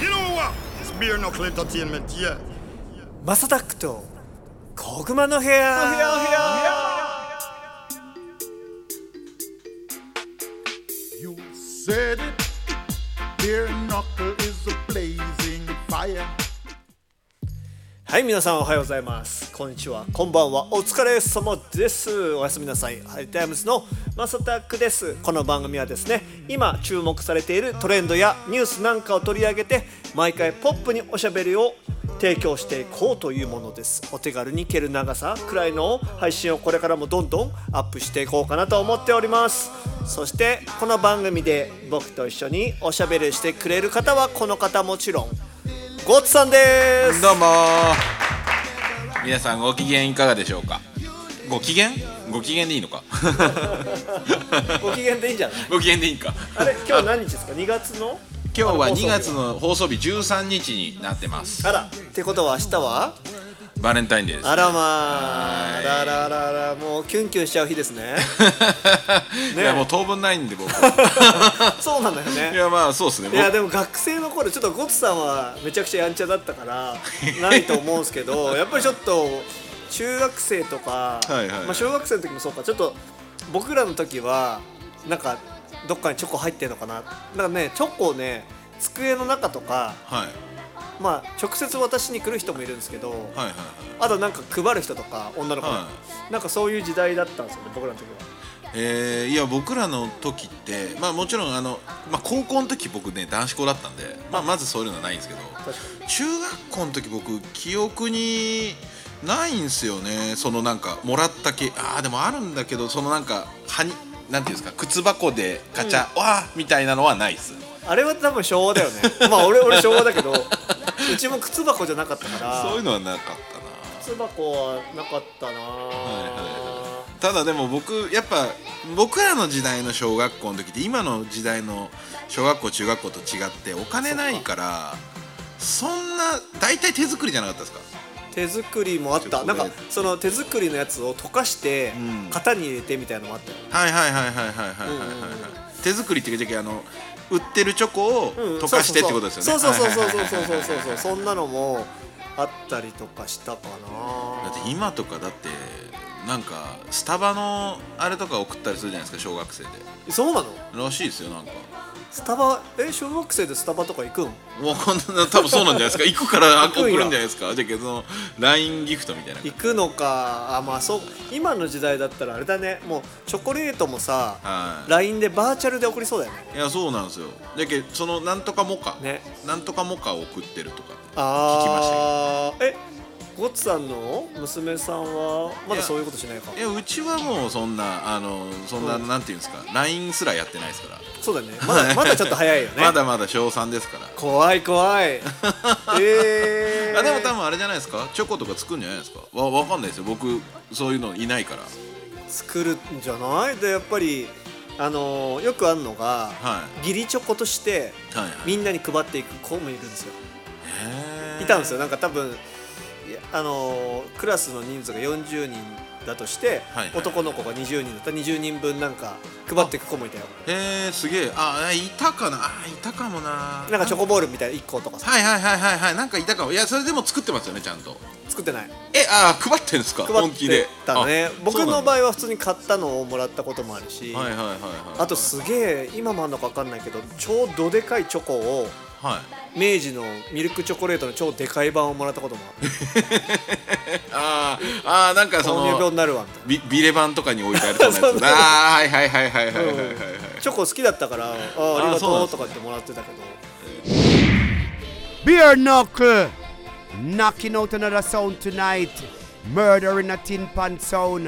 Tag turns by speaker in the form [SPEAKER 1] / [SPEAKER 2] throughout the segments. [SPEAKER 1] You know what? It's beer knuckle entertainment, yeah.
[SPEAKER 2] マサタックと小熊の部屋
[SPEAKER 3] You said it. Beer knuckle is a blazing fire.
[SPEAKER 2] はい皆さんおはようございますこんにちはこんばんはお疲れ様ですおやすみなさいハイタイムズのマサタックですこの番組はですね今注目されているトレンドやニュースなんかを取り上げて毎回ポップにおしゃべりを提供していこうというものですお手軽に蹴る長さくらいの配信をこれからもどんどんアップしていこうかなと思っておりますそしてこの番組で僕と一緒におしゃべりしてくれる方はこの方もちろんゴッツさんです
[SPEAKER 4] どうも皆さんご機嫌いかがでしょうかご機嫌ご機嫌でいいのか
[SPEAKER 2] ご機嫌でいいんじゃない
[SPEAKER 4] ご機嫌でいいんか
[SPEAKER 2] あれ今日何日ですか2月の
[SPEAKER 4] 今日は
[SPEAKER 2] あの放送
[SPEAKER 4] 2
[SPEAKER 2] 日
[SPEAKER 4] 月の放送日13日になってます
[SPEAKER 2] あらってことは明日は
[SPEAKER 4] バレンタインデーです
[SPEAKER 2] あらまああららららもうキュンキュンしちゃう日です ね
[SPEAKER 4] いやもう当分ないんで 僕い
[SPEAKER 2] そうなんだよね
[SPEAKER 4] やまあそうですね
[SPEAKER 2] いやでも学生の頃ちょっとゴツさんはめちゃくちゃやんちゃだったからないと思うんですけどやっぱりちょっと中学生とか、
[SPEAKER 4] はいはい
[SPEAKER 2] まあ、小学生の時もそうかちょっと僕らの時はなんかどっかにチョコ入ってんのかななんかねチョコをね机の中とか
[SPEAKER 4] 僕はい
[SPEAKER 2] まあ直接私に来る人もいるんですけど、
[SPEAKER 4] はいはいはい
[SPEAKER 2] あとなんか配る人とか女の子、
[SPEAKER 4] は
[SPEAKER 2] なんかそういう時代だったんですよね僕らの時は
[SPEAKER 4] えー、いや僕らの時ってまあもちろんあの、まあ、高校の時僕ね男子校だったんで、まあ、まずそういうのはないんですけど
[SPEAKER 2] 確か
[SPEAKER 4] 中学校の時僕記憶にないんですよねそのなんかもらったけああでもあるんだけどそのなんかはになんていうんですか靴箱でガチャ、わーみたいなのはないっす
[SPEAKER 2] にあれは多分昭和だよね まあ俺俺昭和だけどうちも靴箱じゃなかったから
[SPEAKER 4] そういうのはなかったな
[SPEAKER 2] 靴箱はなかったな、は
[SPEAKER 4] ただでも僕やっぱ僕らの時代の小学校の時って今の時代の小学校中学校と違ってお金ないからそんな大体手作りじゃなかったですか
[SPEAKER 2] 手作りもあっ
[SPEAKER 4] ちょ
[SPEAKER 2] た
[SPEAKER 4] っと
[SPEAKER 2] なん
[SPEAKER 4] これ
[SPEAKER 2] かその手作りのやつを溶かして、
[SPEAKER 4] うん
[SPEAKER 2] 型に入れてみたいなのもあったよ
[SPEAKER 4] はいはいはいはいはいはいはいはい
[SPEAKER 2] うんうんうん
[SPEAKER 4] はい手作りっていうかあの売ってるチョコを
[SPEAKER 2] うん
[SPEAKER 4] 溶かしてってことですよね
[SPEAKER 2] そうそうそう
[SPEAKER 4] はい
[SPEAKER 2] そ
[SPEAKER 4] は
[SPEAKER 2] う
[SPEAKER 4] い
[SPEAKER 2] そうそう
[SPEAKER 4] はいはい
[SPEAKER 2] そうそうそんなのもあったりとかしたかな
[SPEAKER 4] だって今とかだってなんかスタバのあれとか送ったりするじゃないですか小学生で
[SPEAKER 2] そうなの
[SPEAKER 4] らしいですよなんか
[SPEAKER 2] スタバえ小学生でスタバとか行くん
[SPEAKER 4] もうこんな多分そうなん じゃないですか行くから
[SPEAKER 2] 行くん
[SPEAKER 4] 送
[SPEAKER 2] や
[SPEAKER 4] るんじゃないですかじゃあその LINE ギフトみたいな
[SPEAKER 2] 行くのかあまあそう今の時代だったらあれだねもうチョコレートもさ
[SPEAKER 4] は
[SPEAKER 2] LINE でバーチャルで送りそうだよね
[SPEAKER 4] いいやそうなんですよだけどそのなんとかモカ、
[SPEAKER 2] ね
[SPEAKER 4] なんとかモカを送ってるとか
[SPEAKER 2] ああえゴッツさんの娘さんはま
[SPEAKER 4] い
[SPEAKER 2] だ
[SPEAKER 4] や
[SPEAKER 2] そういうことしないか
[SPEAKER 4] いやうちはもうそんなあのそんな、
[SPEAKER 2] うん
[SPEAKER 4] なんていうんですか LINE すらやってないですから
[SPEAKER 2] そうだよねまだまだちょっと早いよね
[SPEAKER 4] まだまだ小3ですから
[SPEAKER 2] 怖い怖 いえー、
[SPEAKER 4] あでも多分あれじゃないですかチョコとか作るんじゃないですかわわかんないですよ僕そういうのいないから
[SPEAKER 2] 作るんじゃないでやっぱりあのーよくあるのが、
[SPEAKER 4] は
[SPEAKER 2] 義理チョコとして
[SPEAKER 4] いはいはい
[SPEAKER 2] みんなに配っていく子もいるんですよ
[SPEAKER 4] へー
[SPEAKER 2] いたんですよなんか多分いやあのークラスの人数が40人だとして、
[SPEAKER 4] はいはい
[SPEAKER 2] 男の子が20人だったら20人分なんか配っていく子もいたよ
[SPEAKER 4] へえすげえああいたかなあいたかもな
[SPEAKER 2] なんかチョコボールみたいな1個とかさ
[SPEAKER 4] はいはいはいはいはいなんかいたかもいやそれでも作ってますよねちゃんと
[SPEAKER 2] 作ってない
[SPEAKER 4] えあー配ってんですか
[SPEAKER 2] 配
[SPEAKER 4] 本
[SPEAKER 2] っ
[SPEAKER 4] 気で
[SPEAKER 2] てたね
[SPEAKER 4] あ
[SPEAKER 2] 僕の場
[SPEAKER 4] そ
[SPEAKER 2] 合は普通に買ったのをもらったこともあるし、
[SPEAKER 4] うなんだはいはいはいはい
[SPEAKER 2] あとすげえ今もあんのか分かんないけど超どでかいチョコを
[SPEAKER 4] はい
[SPEAKER 2] 明治のミルクチョコレートの超でかい版をもらったこともある
[SPEAKER 4] あー あーなんかそ
[SPEAKER 2] 糖尿病
[SPEAKER 4] の
[SPEAKER 2] になるわみたいな
[SPEAKER 4] ビビレ版とかに置いてあるようなや
[SPEAKER 2] そうそう
[SPEAKER 4] つああはいはいはいはいはいはいはいはい
[SPEAKER 2] チョコ好きだったからあーありがとうとか言ってもらってたけど
[SPEAKER 5] Beer Knuckle! Knocking out another sound tonight. Murder in a tin pan sound.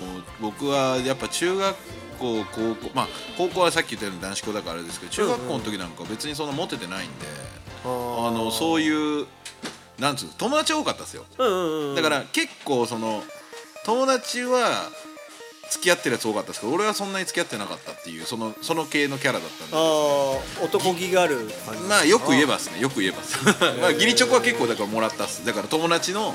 [SPEAKER 4] もう僕はやっぱ中学校高校まあ高校はさっき言ったように男子校だからあれですけど中学校の時なんか別にそんなモテてないんで、あのそういうなんつうの友達多かったですよ、
[SPEAKER 2] うんうんうん
[SPEAKER 4] だから結構その友達は付き合ってるやつ多かったですけど俺はそんなに付き合ってなかったっていうそのその系のキャラだったんで
[SPEAKER 2] ああ男気がある感じ
[SPEAKER 4] まあよく言えばですねよく言えば ですまあ義理チョコは結構だからもらったっすだから友達の、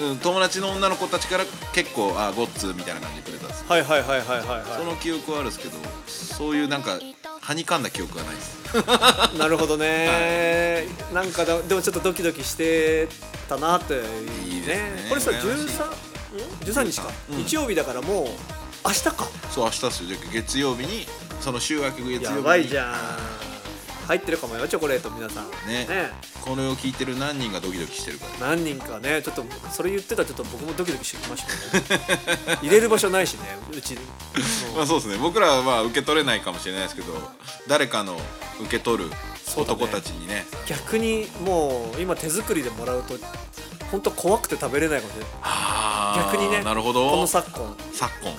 [SPEAKER 2] うん
[SPEAKER 4] うん、友達の女の子たちから結構あゴッツみたいな感じでくれたっす
[SPEAKER 2] はいはいはいはいはい
[SPEAKER 4] そ
[SPEAKER 2] は
[SPEAKER 4] の記憶はあるんですけどそういうなんかはにかんだ記憶がないです
[SPEAKER 2] なるほどね、なんかだでもちょっとドキドキしてたなっていうね
[SPEAKER 4] いいですね
[SPEAKER 2] これさ
[SPEAKER 4] 羨ましい
[SPEAKER 2] 13? ん13日か、
[SPEAKER 4] うん
[SPEAKER 2] 日曜日だからもう明日か
[SPEAKER 4] そう明日っすよじゃあ月曜日にその週明け月曜日に
[SPEAKER 2] やばいじゃん入ってるかもよチョコレート皆さん
[SPEAKER 4] ねこれを聞いてる何人がドキドキしてるか
[SPEAKER 2] 何人かねちょっとそれ言ってたらちょっと僕もドキドキしてきましたね 入れる場所ないしねうち
[SPEAKER 4] まあそうですね僕らはまあ受け取れないかもしれないですけど誰かの受け取る
[SPEAKER 2] そうだね
[SPEAKER 4] 男たちにね
[SPEAKER 2] 逆にもう今手作りでもらうと本当怖くて食べれないので
[SPEAKER 4] あー
[SPEAKER 2] 逆にね
[SPEAKER 4] なるほ
[SPEAKER 2] こ
[SPEAKER 4] ど
[SPEAKER 2] の昨今
[SPEAKER 4] 昨今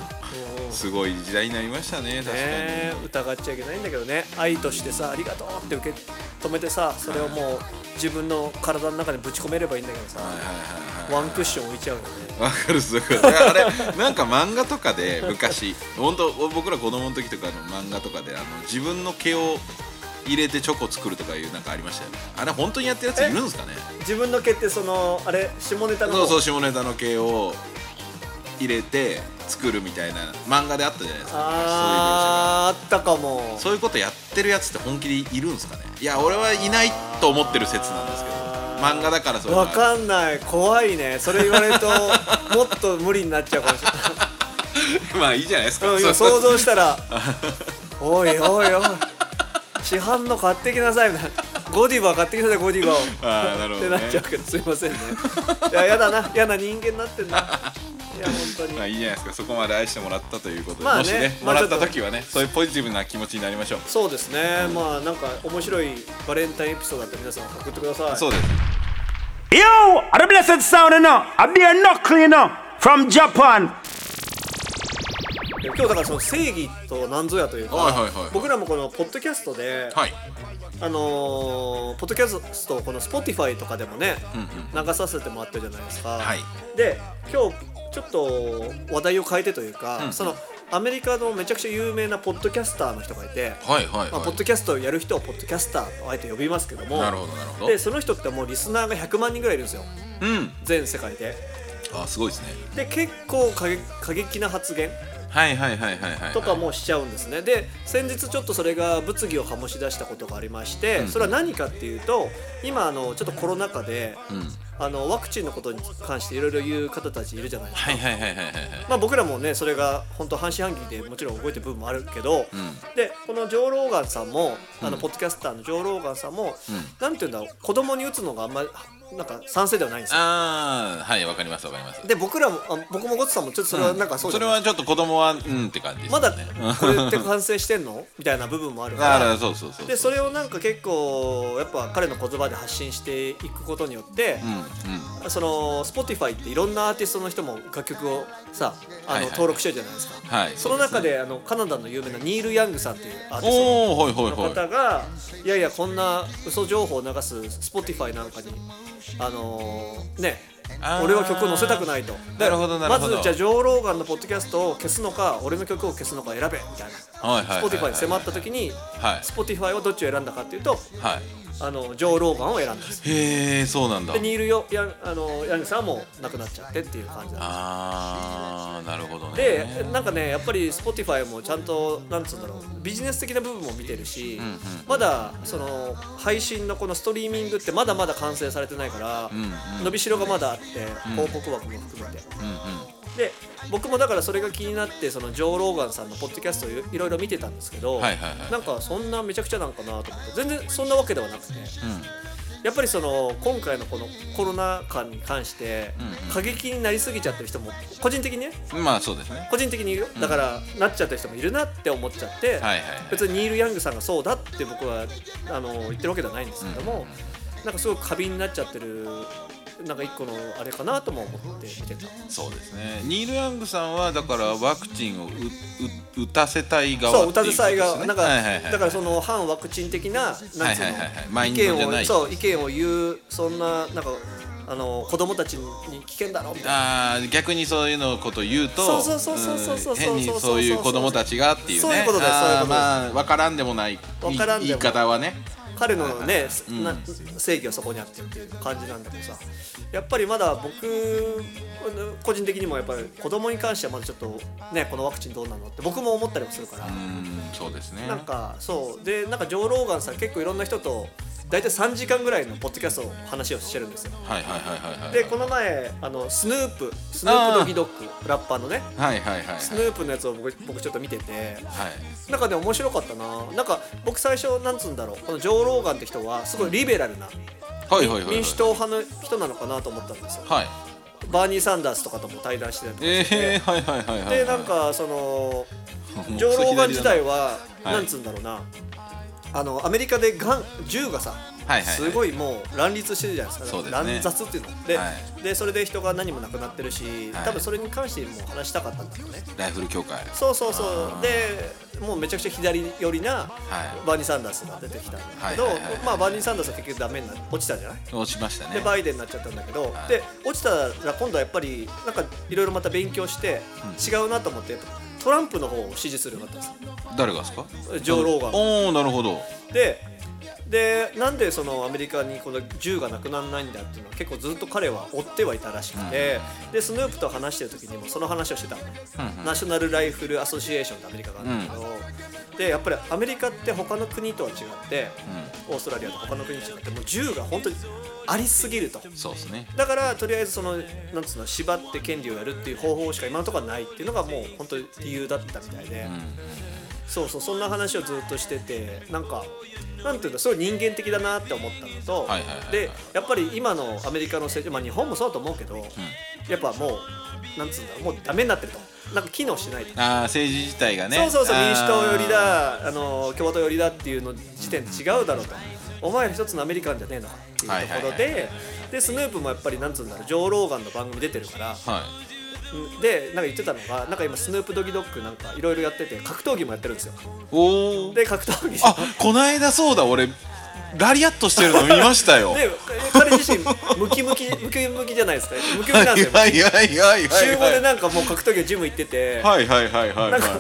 [SPEAKER 4] すごい時代になりましたね確かに、
[SPEAKER 2] ね疑っちゃいけないんだけどね愛としてさありがとうって受け止めてさそれをもう自分の体の中にぶち込めればいいんだけどさワンクッション置いちゃうよね
[SPEAKER 4] わかるっすわかるだからあれなんか漫画とかで昔本当僕ら子供の時とかの漫画とかであの自分の毛を入れてチョコ作るとかいうなんかありましたよねあれ本当にやってるやついるんですかね
[SPEAKER 2] 自分の毛ってそのあれ下ネタの
[SPEAKER 4] そうそう
[SPEAKER 2] う
[SPEAKER 4] 下ネタの毛を入れて作るみたいな漫画であったじゃないですか
[SPEAKER 2] あーあったかも
[SPEAKER 4] そういう描写がそういうことやってるやつって本気でいるんですかねいや俺はいないと思ってる説なんですけど漫画だからそういうの
[SPEAKER 2] わ
[SPEAKER 4] が
[SPEAKER 2] かんない怖いねそれ言われるともっと無理になっちゃうかもしれない
[SPEAKER 4] まあいいじゃないですか、
[SPEAKER 2] うん今想像したら「おいおいおい市販の買ってきなさい」みたいな「ゴディバ買ってきなさいゴディバを」
[SPEAKER 4] ああなる
[SPEAKER 2] っ
[SPEAKER 4] ほ
[SPEAKER 2] て
[SPEAKER 4] ど、
[SPEAKER 2] な
[SPEAKER 4] ね、
[SPEAKER 2] っちゃうけどすいませんねいややだなやな人間になってんないや本当に、
[SPEAKER 4] まあいいじゃないですかそこまで愛してもらったということで、
[SPEAKER 2] まあね
[SPEAKER 4] もしね
[SPEAKER 2] ま
[SPEAKER 4] も
[SPEAKER 2] あちょ
[SPEAKER 4] らっ
[SPEAKER 2] っと
[SPEAKER 4] た時はねそういうポジティブな気持ちになりましょう
[SPEAKER 2] そうですね、まあなんか面白いバレンタインエピソードだったら皆さん送ってください
[SPEAKER 4] そうです
[SPEAKER 6] Yo, I the blessed sound, you know. I be a knuckle, you know, from Japan.
[SPEAKER 2] で今日だからその正義と何ぞやというか、
[SPEAKER 4] はいはいはいはい
[SPEAKER 2] 僕らもこのポッドキャストで、
[SPEAKER 4] はい
[SPEAKER 2] あのーポッドキャストをこの Spotify とかでもね、流させてもらってるじゃないですか、
[SPEAKER 4] はい
[SPEAKER 2] で今日ちょっと話題を変えてというか、そのアメリカのめちゃくちゃ有名なポッドキャスターの人がいて、
[SPEAKER 4] はいはい
[SPEAKER 2] まあ、ポッドキャストをやる人をポッドキャスターとあえて呼びますけども
[SPEAKER 4] なるほどなるほど
[SPEAKER 2] でその人ってもうリスナーが100万人ぐらいいるんですよ
[SPEAKER 4] うん
[SPEAKER 2] 全世界で
[SPEAKER 4] あすごいですね
[SPEAKER 2] で結構過激過激な発言
[SPEAKER 4] はいはいはいはいはい
[SPEAKER 2] とかもしちゃうんですねで先日ちょっとそれが物議を醸し出したことがありましてそれは何かっていうと今あのちょっとコロナ禍で、あのワクチンのことに関していろいろ言う方たちいるじゃないですか
[SPEAKER 4] はいはいはいはいはいはい
[SPEAKER 2] まあ、僕らもねそれが本当半信半疑でもちろん覚えてる部分もあるけど、でこのジョー・ローガンさんも、あのポッドキャスターのジョー・ローガンさんも、なんて言うんだろう子供に打つのがあんまりなんか賛成ではないんですよ
[SPEAKER 4] ああはいわかりますわかります
[SPEAKER 2] で僕らもあ僕もゴツさんもちょっとそれはなんかそうじ
[SPEAKER 4] そ
[SPEAKER 2] ゃ
[SPEAKER 4] れ
[SPEAKER 2] ない、
[SPEAKER 4] はちょっと子供はうんって感じです
[SPEAKER 2] まだ
[SPEAKER 4] ね
[SPEAKER 2] これって完成してんのみたいな部分もあるから
[SPEAKER 4] あらそうそうそう
[SPEAKER 2] でそれをなんか結構やっぱ彼の言葉で発信していくことによって、
[SPEAKER 4] うんうん
[SPEAKER 2] その Spotify っていろんなアーティストの人も楽曲をさあの、
[SPEAKER 4] はいはい
[SPEAKER 2] 登録してるじゃないですか、
[SPEAKER 4] はい
[SPEAKER 2] その中であのカナダの有名なニール・ヤングさんっていうアーティスト
[SPEAKER 4] おおはいは
[SPEAKER 2] の
[SPEAKER 4] いはい
[SPEAKER 2] 方がいやいやこんな嘘情報を流す Spotify なんかにあのーね
[SPEAKER 4] あー
[SPEAKER 2] 俺は曲を載せたくないと
[SPEAKER 4] なるほどなるほど
[SPEAKER 2] まずじゃあジョー・ローガンのポッドキャストを消すのか俺の曲を消すのか選べみたいな
[SPEAKER 4] はいはいはいは
[SPEAKER 2] Spotify
[SPEAKER 4] い
[SPEAKER 2] に迫った時に
[SPEAKER 4] はい
[SPEAKER 2] Spotify はどっちを選んだかっていうと
[SPEAKER 4] は
[SPEAKER 2] あのジョー・ローガンを選んだんです
[SPEAKER 4] いへえそうなんだ
[SPEAKER 2] でニールよヤンあのヤングさんはもう亡くなっちゃってっていう感じなんで
[SPEAKER 4] ああなるほどね
[SPEAKER 2] すでなんかねやっぱり Spotify もちゃんとなんつうんだろうビジネス的な部分も見てるし、まだその配信のこのストリーミングってまだまだ完成されてないから、伸びしろがまだあって広告枠も含めて、で僕もだからそれが気になってそのジョー・ローガンさんのポッドキャストをいいろいろ見てたんですけど、
[SPEAKER 4] はいはいはい
[SPEAKER 2] なんかそんなめちゃくちゃなんかなと思って全然そんなわけではなくて、やっぱりその今回のこのコロナ禍に関して過激になりすぎちゃってる人も個人的にね
[SPEAKER 4] まあそうですね
[SPEAKER 2] 個人的にいるよだからなっちゃった人もいるなって思っちゃって、
[SPEAKER 4] はいはい
[SPEAKER 2] 別にニール・ヤングさんがそうだって僕はあの言ってるわけではないんですけども、なんかすごく過敏になっちゃってるなんか一個のあれかなとも思って見てた。
[SPEAKER 4] そうですねニール・ヤングさんはだからワクチンをうう打たせたい側
[SPEAKER 2] そう
[SPEAKER 4] って
[SPEAKER 2] 歌
[SPEAKER 4] い
[SPEAKER 2] 手
[SPEAKER 4] こと
[SPEAKER 2] さ
[SPEAKER 4] で
[SPEAKER 2] ん
[SPEAKER 4] す
[SPEAKER 2] が
[SPEAKER 4] ね
[SPEAKER 2] なんか、
[SPEAKER 4] はいはいはい
[SPEAKER 2] だからその反ワクチン的ななんつうの、
[SPEAKER 4] はいはいはいはいマインド
[SPEAKER 2] 意
[SPEAKER 4] じゃな
[SPEAKER 2] 見を
[SPEAKER 4] い
[SPEAKER 2] そう意見を言うそんななんかあの子供たちに危険だろみたいな。
[SPEAKER 4] あー逆にそういうのことを言うと
[SPEAKER 2] そうそうそうそうそうそう
[SPEAKER 4] うん変にそういう子供たちがっていうね
[SPEAKER 2] そういうことですそういうことです
[SPEAKER 4] あーまあ分からんでもない
[SPEAKER 2] わからんでも
[SPEAKER 4] 言い方はね
[SPEAKER 2] 彼のね、な正義はそこにあってっていう感じなんだけどさやっぱりまだ僕個人的にもやっぱり子供に関してはまだちょっとねこのワクチンどうなのって僕も思ったりもするから、
[SPEAKER 4] うんそうですね
[SPEAKER 2] なんかそうでなんかジョー・ローガンさん結構いろんな人と大体3時間ぐらいのポッドキャストを話をしてるんですよ
[SPEAKER 4] はいはいはいはいはい
[SPEAKER 2] でこの前あのスヌープスヌープドギドッグラッパーのね
[SPEAKER 4] はいはいはいはい
[SPEAKER 2] スヌープのやつを僕僕ちょっと見てて
[SPEAKER 4] はい
[SPEAKER 2] なんかね面白かったななんか僕最初なんつうんだろうこのジョー・ローガンって人はすごいリベラルな
[SPEAKER 4] はいはいはいはい
[SPEAKER 2] 民主党派の人なのかなと思ったんですよ
[SPEAKER 4] はい
[SPEAKER 2] バーニー・サンダースとかとも対談してたりとか
[SPEAKER 4] え
[SPEAKER 2] して、
[SPEAKER 4] ー、はいはいはいはい
[SPEAKER 2] でなんかその
[SPEAKER 4] もう
[SPEAKER 2] ジョー・ローガン自体は
[SPEAKER 4] はい
[SPEAKER 2] なんつうんだろうなあのアメリカでがん銃がさ
[SPEAKER 4] はいはいはい
[SPEAKER 2] すごいもう乱立してるじゃないですか
[SPEAKER 4] そうですね
[SPEAKER 2] 乱雑っていうので,、
[SPEAKER 4] は
[SPEAKER 2] でそれで人が何もなくなってるし
[SPEAKER 4] はい
[SPEAKER 2] 多分それに関してもう話したかったんだろうね
[SPEAKER 4] ライフル協会
[SPEAKER 2] そうそうそうでもうめちゃくちゃ左寄りなバーニー・サンダースが出てきたんだけど
[SPEAKER 4] はいはいはいはい
[SPEAKER 2] まあバーニー・サンダースは結局ダメにな落ちたじゃない
[SPEAKER 4] 落ちましたね
[SPEAKER 2] でバイデンになっちゃったんだけど、
[SPEAKER 4] はい
[SPEAKER 2] で落ちたら今度はやっぱりなんかいろいろまた勉強して違うなと思って、やっぱトランプの方を支持するようになったんですよ
[SPEAKER 4] 誰がですか
[SPEAKER 2] ジョー・ローガン
[SPEAKER 4] おおなるほど
[SPEAKER 2] ででなんでそのアメリカにこの銃がなくならないんだっていうのは結構ずっと彼は追ってはいたらしくて、でスヌープと話してる時にもその話をしてたの、ナショナル・ライフル・アソシエーションってアメリカがあるんだけど、でやっぱりアメリカって他の国とは違って、オーストラリアと他の国と違ってもう銃が本当にありすぎると。
[SPEAKER 4] そうですね
[SPEAKER 2] だからとりあえずそのなんつうの縛って権利をやるっていう方法しか今のところはないっていうのがもう本当に理由だったみたいで、そうそうそんな話をずっとしててなんかなんていうのすごい人間的だなって思ったのと、
[SPEAKER 4] はいはいはいはい
[SPEAKER 2] でやっぱり今のアメリカの政治まあ日本もそうだと思うけど、やっぱもうなんつうんだろうもうダメになってるとなんか機能しないと。
[SPEAKER 4] ああ政治自体がね
[SPEAKER 2] そうそうそう
[SPEAKER 4] あー
[SPEAKER 2] 民主党寄りだあの共和党寄りだっていうの時点で違うだろうと、お前ら一つのアメリカンじゃねえのかっていうところで、
[SPEAKER 4] はい
[SPEAKER 2] でスヌープもやっぱりなんつうんだろうジョー・ローガンの番組出てるから
[SPEAKER 4] はい
[SPEAKER 2] でなんか言ってたのがなんか今スヌープドギドッグなんかいろいろやってて格闘技もやってるんですよ
[SPEAKER 4] おお
[SPEAKER 2] で格闘技
[SPEAKER 4] あこの間そうだ俺ラリアットしてるの見ましたよ
[SPEAKER 2] で彼自身ムキ ムキムキムキじゃないですかムキム
[SPEAKER 4] は
[SPEAKER 2] キ
[SPEAKER 4] い
[SPEAKER 2] なん
[SPEAKER 4] は
[SPEAKER 2] で
[SPEAKER 4] い
[SPEAKER 2] すよ
[SPEAKER 4] はいはいはい
[SPEAKER 2] 週5で
[SPEAKER 4] はい
[SPEAKER 2] なんかもう格闘技のジム行ってて、
[SPEAKER 4] はいはいはいはいは
[SPEAKER 2] なん
[SPEAKER 4] い
[SPEAKER 2] か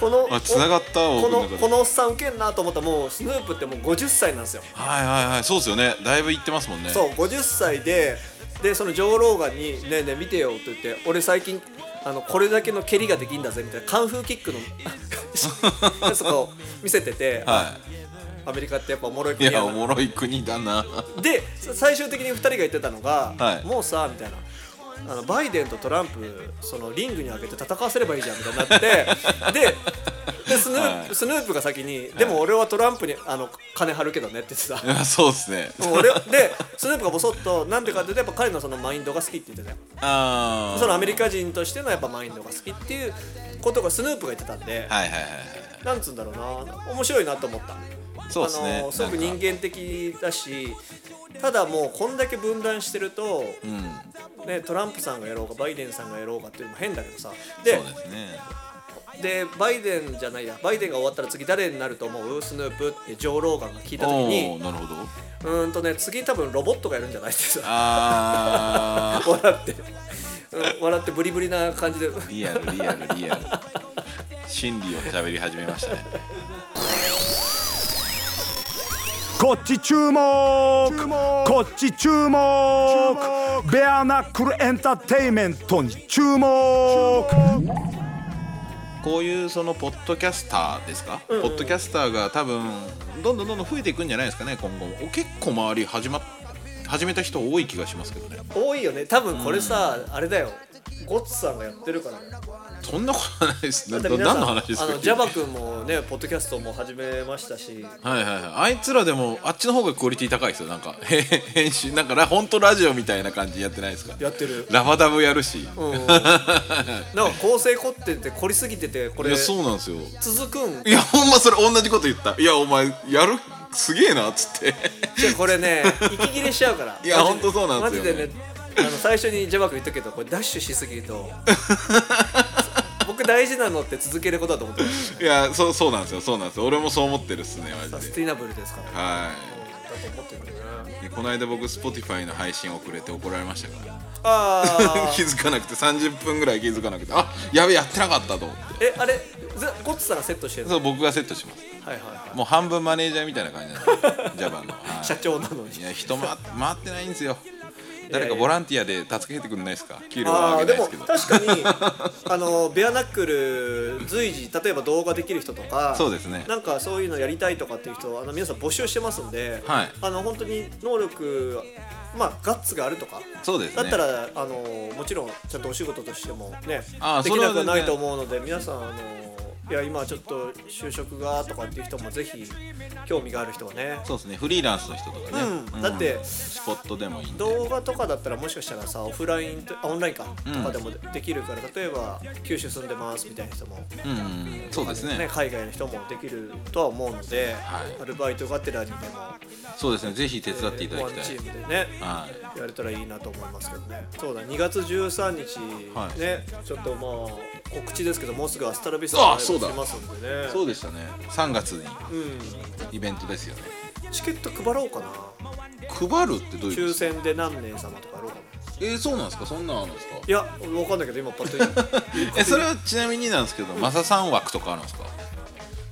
[SPEAKER 2] この
[SPEAKER 4] あ繋がった
[SPEAKER 2] こ
[SPEAKER 4] 僕の
[SPEAKER 2] の
[SPEAKER 4] 中で
[SPEAKER 2] このおっさんウケんなと思ったらもうスヌープってもう50歳なんですよ
[SPEAKER 4] はいはいはいそうですよねだいぶ行ってますもんね
[SPEAKER 2] そう50歳ででその上老眼に「ねえねえ見てよ」って言って「俺最近あのこれだけの蹴りができんだぜ」みたいなカンフーキ ックのやつを見せてて、
[SPEAKER 4] は
[SPEAKER 2] アメリカってやっぱおもろい
[SPEAKER 4] いい
[SPEAKER 2] 国
[SPEAKER 4] や
[SPEAKER 2] や
[SPEAKER 4] お
[SPEAKER 2] な
[SPEAKER 4] もろい国だな
[SPEAKER 2] でさ最終的に2人が言ってたのが「
[SPEAKER 4] はい
[SPEAKER 2] もうさ」みたいな。あのバイデンとトランプそのリングに上げて戦わせればいいじゃんみたいになって ででスヌープ、
[SPEAKER 4] はい
[SPEAKER 2] スヌープが先に「でも俺はトランプにあの金張るけどね」って言ってた
[SPEAKER 4] いやそうですね
[SPEAKER 2] もう俺でスヌープがボソッとなんでかっていうとやっぱ彼のそのマインドが好きって言ってたよ
[SPEAKER 4] ああ
[SPEAKER 2] そのアメリカ人としてのやっぱマインドが好きっていうことがスヌープが言ってたんで、
[SPEAKER 4] はいはいはい
[SPEAKER 2] なんつうんだろうな面白いなと思った
[SPEAKER 4] そうですね
[SPEAKER 2] あのすごく人
[SPEAKER 4] なんか
[SPEAKER 2] 間的だしただもうこんだけ分断してると、ね、トランプさんがやろうかバイデンさんがやろうかっていうのも変だけどさで
[SPEAKER 4] そうですね
[SPEAKER 2] でバイデンじゃないやバイデンが終わったら次誰になると思うスヌープってジョー・ローガンが聞いた時
[SPEAKER 4] おお
[SPEAKER 2] に
[SPEAKER 4] なるほど
[SPEAKER 2] うーんとね次多分ロボットがやるんじゃないってさ
[SPEAKER 4] あ
[SPEAKER 2] 笑ってうん笑ってブリブリな感じで
[SPEAKER 4] ーリアルリアルリアル心理を喋り始めましたね
[SPEAKER 6] こっち注目こっち注目ベアナックルエンターテインメントに注目
[SPEAKER 4] こういうそのポッドキャスターですか、ポッドキャスターが多分どんどんどんどん増えていくんじゃないですかね今後もお結構周り始ま始めた人多い気がしますけどね
[SPEAKER 2] 多いよね多分これさ、あれだよゴッツさんがやってるからね
[SPEAKER 4] そんなことないですね
[SPEAKER 2] だって
[SPEAKER 4] 何
[SPEAKER 2] 皆さん
[SPEAKER 4] の話です
[SPEAKER 2] あ
[SPEAKER 4] か
[SPEAKER 2] のジャバ君もねポッドキャストも始めましたし
[SPEAKER 4] はいはいはいあいつらでもあっちの方がクオリティ高いですよなんかへへ編集なんかラ本当ラジオみたいな感じやってないですか
[SPEAKER 2] やって る
[SPEAKER 4] ラバダブやるし、
[SPEAKER 2] うんなんか構成凝ってて凝りすぎててこ
[SPEAKER 4] い
[SPEAKER 2] れ
[SPEAKER 4] やそうなんですよ
[SPEAKER 2] 続くん
[SPEAKER 4] いやほんまそれ同じこと言ったいやお前やるすげえなっつって
[SPEAKER 2] じゃこれね息切れしちゃうから
[SPEAKER 4] いや
[SPEAKER 2] マジ
[SPEAKER 4] ほんとそうなんですよ
[SPEAKER 2] マジでねあの最初にジャバ君言ったけどこれダッシュしすぎると 僕大事なのって続けることだと思ってます
[SPEAKER 4] いやそうそうなんですよそうなんですよ俺もそう思ってるっすね
[SPEAKER 2] サ
[SPEAKER 4] マジ
[SPEAKER 2] ス
[SPEAKER 4] で
[SPEAKER 2] ティナブルですからだ
[SPEAKER 4] は
[SPEAKER 2] と思ってるんだよね
[SPEAKER 4] いでこの間僕 Spotify の配信遅れて怒られましたから
[SPEAKER 2] ああ
[SPEAKER 4] 気づかなくて30分ぐらい気づかなくてあやべやってなかったと思って
[SPEAKER 2] えあれずゴッツさんがセットしてるの
[SPEAKER 4] そう僕がセットします
[SPEAKER 2] はいは
[SPEAKER 4] もう半分マネージャーみたいな感じなん でジャパンの、はい
[SPEAKER 2] い社長なのに
[SPEAKER 4] いや人回っ回ってないんですよ誰かボランティアで助けてくれないですか給料
[SPEAKER 2] あ
[SPEAKER 4] は上
[SPEAKER 2] ー
[SPEAKER 4] げ
[SPEAKER 2] で
[SPEAKER 4] ない
[SPEAKER 2] も
[SPEAKER 4] ですけど
[SPEAKER 2] 確かに あのベアナックル随時例えば動画できる人とか
[SPEAKER 4] そうですね
[SPEAKER 2] なんかそういうのやりたいとかっていう人はあの皆さん募集してますんで、
[SPEAKER 4] はい
[SPEAKER 2] あの本当に能力まあガッツがあるとか
[SPEAKER 4] そうです
[SPEAKER 2] だ
[SPEAKER 4] ね
[SPEAKER 2] ったら、あのもちろんちゃんとお仕事としてもね
[SPEAKER 4] ああ
[SPEAKER 2] できなくは
[SPEAKER 4] それは
[SPEAKER 2] な
[SPEAKER 4] 全
[SPEAKER 2] い
[SPEAKER 4] 然
[SPEAKER 2] と思うので皆さん、あのいや今ちょっと就職がとかっていう人もぜひ興味がある人はね
[SPEAKER 4] そうですねフリーランスの人とかね、
[SPEAKER 2] うんだって
[SPEAKER 4] スポットでもいいんで
[SPEAKER 2] 動画とかだったらもしかしたらさオフラインとあオンラインか、
[SPEAKER 4] うん
[SPEAKER 2] とかでもできるから例えば九州住んでますみたいな人も、
[SPEAKER 4] うんうんそうですね
[SPEAKER 2] ね海外の人もできるとは思うので、
[SPEAKER 4] はい
[SPEAKER 2] アルバイトがてらにでも
[SPEAKER 4] そうですねぜひ手伝っていただき
[SPEAKER 2] ワン
[SPEAKER 4] た
[SPEAKER 2] チ
[SPEAKER 4] い
[SPEAKER 2] ームでね
[SPEAKER 4] はい
[SPEAKER 2] やれたらいいなと思いますけどねそうだ2月13日、
[SPEAKER 4] はい
[SPEAKER 2] ねちょっとまあ告知ですけどもうすぐアスタラビス
[SPEAKER 4] あ
[SPEAKER 2] ライブ
[SPEAKER 4] そうだ
[SPEAKER 2] しますんでね
[SPEAKER 4] そうでしたね3月に
[SPEAKER 2] う
[SPEAKER 4] イベントですよね
[SPEAKER 2] ん、チケット配ろうかな
[SPEAKER 4] 配るってどういう
[SPEAKER 2] 抽
[SPEAKER 4] こと
[SPEAKER 2] 選で何名様とかやろうかな
[SPEAKER 4] えー、そうなんですかそんなんあるんですか
[SPEAKER 2] いやわかんないけど今パッと今
[SPEAKER 4] えそれはちなみになんですけど、マサさん枠とかあるんですか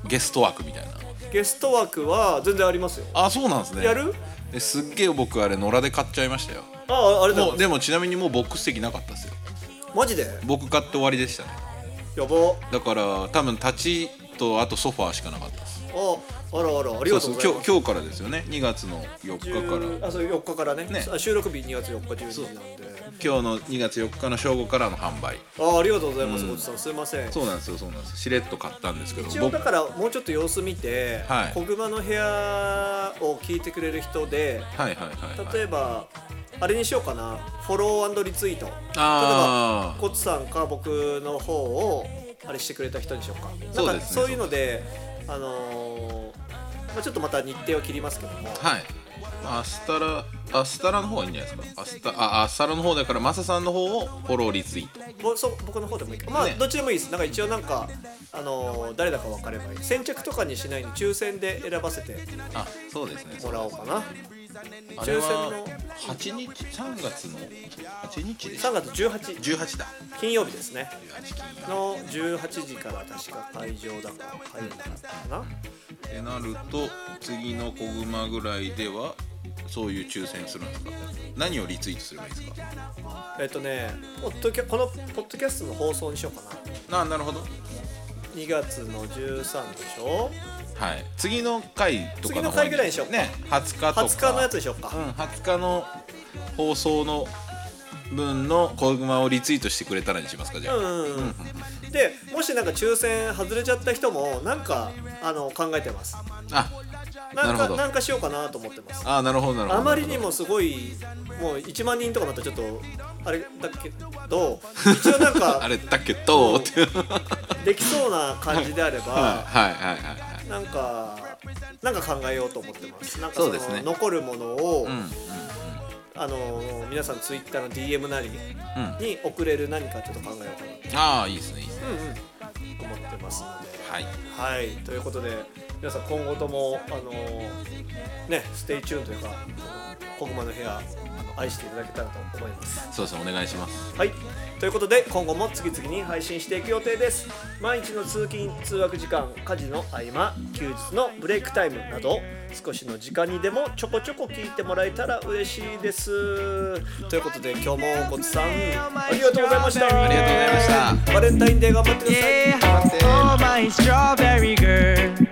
[SPEAKER 4] ゲスト枠みたいな
[SPEAKER 2] ゲスト枠は全然ありますよ
[SPEAKER 4] あそうなんですね
[SPEAKER 2] やる
[SPEAKER 4] えすっげえ僕あれ野良で買っちゃいましたよ
[SPEAKER 2] あああれだ
[SPEAKER 4] もうでもちなみにもうボックス席なかったですよ
[SPEAKER 2] マジでや
[SPEAKER 4] 僕買って終わりでしたね
[SPEAKER 2] ば
[SPEAKER 4] だから多分立ちとあとソファーしかなかったです
[SPEAKER 2] ああらあらあり
[SPEAKER 4] そ
[SPEAKER 2] がと
[SPEAKER 4] うそうう
[SPEAKER 2] ござい
[SPEAKER 4] 今
[SPEAKER 2] ま
[SPEAKER 4] 日
[SPEAKER 2] す
[SPEAKER 4] 今日からですよね2月の4日から
[SPEAKER 2] 10あそう4日からね
[SPEAKER 4] ね
[SPEAKER 2] あ収録日2月4日12日なんで
[SPEAKER 4] 今日の2月4日の正午からの販売
[SPEAKER 2] あありがとうございますごちそうさんすいません
[SPEAKER 4] そうなんですよそうなんですよしれっと買ったんですけど
[SPEAKER 2] 一応
[SPEAKER 4] 僕
[SPEAKER 2] だからもうちょっと様子見て、
[SPEAKER 4] はい
[SPEAKER 2] 小熊の部屋を聞いてくれる人で
[SPEAKER 4] はいはいはい、はい、
[SPEAKER 2] 例えば、あれにしようかなフォローリツイート例えば
[SPEAKER 4] あー
[SPEAKER 2] コツさんか僕の方をあれしてくれた人にしようか
[SPEAKER 4] そう
[SPEAKER 2] なん
[SPEAKER 4] で
[SPEAKER 2] か
[SPEAKER 4] すね
[SPEAKER 2] そういうのであのーまあ、ちょっとまた日程を切りますけども、
[SPEAKER 4] はいアスタラアスタラの方がいいんじゃないですかアスタあアスタラの方だからマサさんの方をフォローリツイート
[SPEAKER 2] ぼそ僕の方でもいいかまあ、
[SPEAKER 4] ね
[SPEAKER 2] どっちでもいいですなんか一応なんか、あのー誰だか分かればいい先着とかにしないに抽選で選ばせて
[SPEAKER 4] あそうですね
[SPEAKER 2] もらおうかな
[SPEAKER 4] あれ
[SPEAKER 2] 抽
[SPEAKER 4] は
[SPEAKER 2] 選の
[SPEAKER 4] 8日3月の8日でし
[SPEAKER 2] 3
[SPEAKER 4] た
[SPEAKER 2] 月18
[SPEAKER 4] 18だ
[SPEAKER 2] 金曜日ですね
[SPEAKER 4] 18金
[SPEAKER 2] の18時から確か会場だから会場だからかな
[SPEAKER 4] ってなると次の小熊ぐらいではそういう抽選するんですか何をリツイートすればいいですか
[SPEAKER 2] えっとねポッドキャこのポッドキャストの放送にしようかな
[SPEAKER 4] ななるほど
[SPEAKER 2] 2月の13でしょ
[SPEAKER 4] はい次の回とか
[SPEAKER 2] 次の
[SPEAKER 4] の
[SPEAKER 2] 回ぐらいにしようか
[SPEAKER 4] ね20日とか
[SPEAKER 2] 20日のやつでしょうか、
[SPEAKER 4] うん20日の放送の分の小熊をリツイートしてくれたらにしますかじゃあ、
[SPEAKER 2] うんうんうんでもしなんか抽選外れちゃった人もなんかあの考えてます
[SPEAKER 4] あ
[SPEAKER 2] な
[SPEAKER 4] なんる
[SPEAKER 2] か
[SPEAKER 4] ほ
[SPEAKER 2] な
[SPEAKER 4] ど
[SPEAKER 2] んかしようかなと思ってます
[SPEAKER 4] あなるほどなるほど
[SPEAKER 2] あまりにもすごいもう1万人とかなったらちょっとあれだけど一応なん
[SPEAKER 4] あ
[SPEAKER 2] か
[SPEAKER 4] れだけどって
[SPEAKER 2] できそうな感じであれば
[SPEAKER 4] はいはいはいはい
[SPEAKER 2] なんかなんか考えようと思ってますなんかその
[SPEAKER 4] そうですね
[SPEAKER 2] 残るものを、
[SPEAKER 4] うんうん
[SPEAKER 2] あの皆さんツイッターの DM なり
[SPEAKER 4] うん
[SPEAKER 2] に送れる何かちょっと考えようかな
[SPEAKER 4] ああいいですねいいですね
[SPEAKER 2] と思ってますので
[SPEAKER 4] はい
[SPEAKER 2] はいということで皆さん今後ともあのねステイチューンというか「小熊の部屋」あの愛していただけたらと思います
[SPEAKER 4] そうですねお願いします
[SPEAKER 2] はい、ということで今後も次々に配信していく予定です毎日の通勤通学時間家事の合間休日のブレイクタイムなど少しの時間にでもちょこちょこ聞いてもらえたら嬉しいですということで今日もごちさんありがとうございました
[SPEAKER 4] ありがとうございました
[SPEAKER 2] バレンタインデー頑張ってください
[SPEAKER 7] Yeah, oh my strawberry girl.